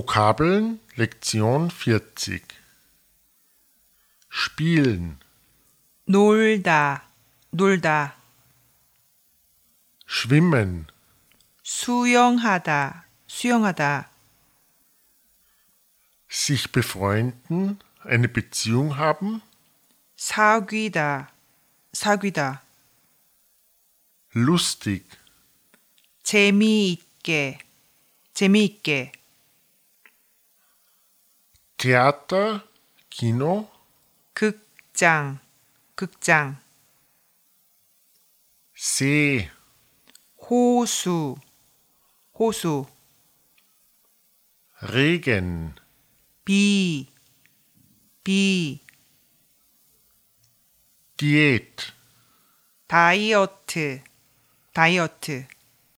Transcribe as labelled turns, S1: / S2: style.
S1: Vokabeln Lektion 40 Spielen,
S2: 놀다, 놀다,
S1: Schwimmen,
S2: 수영하다, 수영하다,
S1: sich befreunden, eine Beziehung haben,
S2: 사귀다, 사귀다,
S1: lustig,
S2: 재미있게, 재미있게,
S1: Theater, Kino,
S2: 극장, 극장,
S1: See,
S2: 호수, 호수,
S1: Regen,
S2: 비, 비,
S1: Diät,
S2: 다이어트, 다이어트,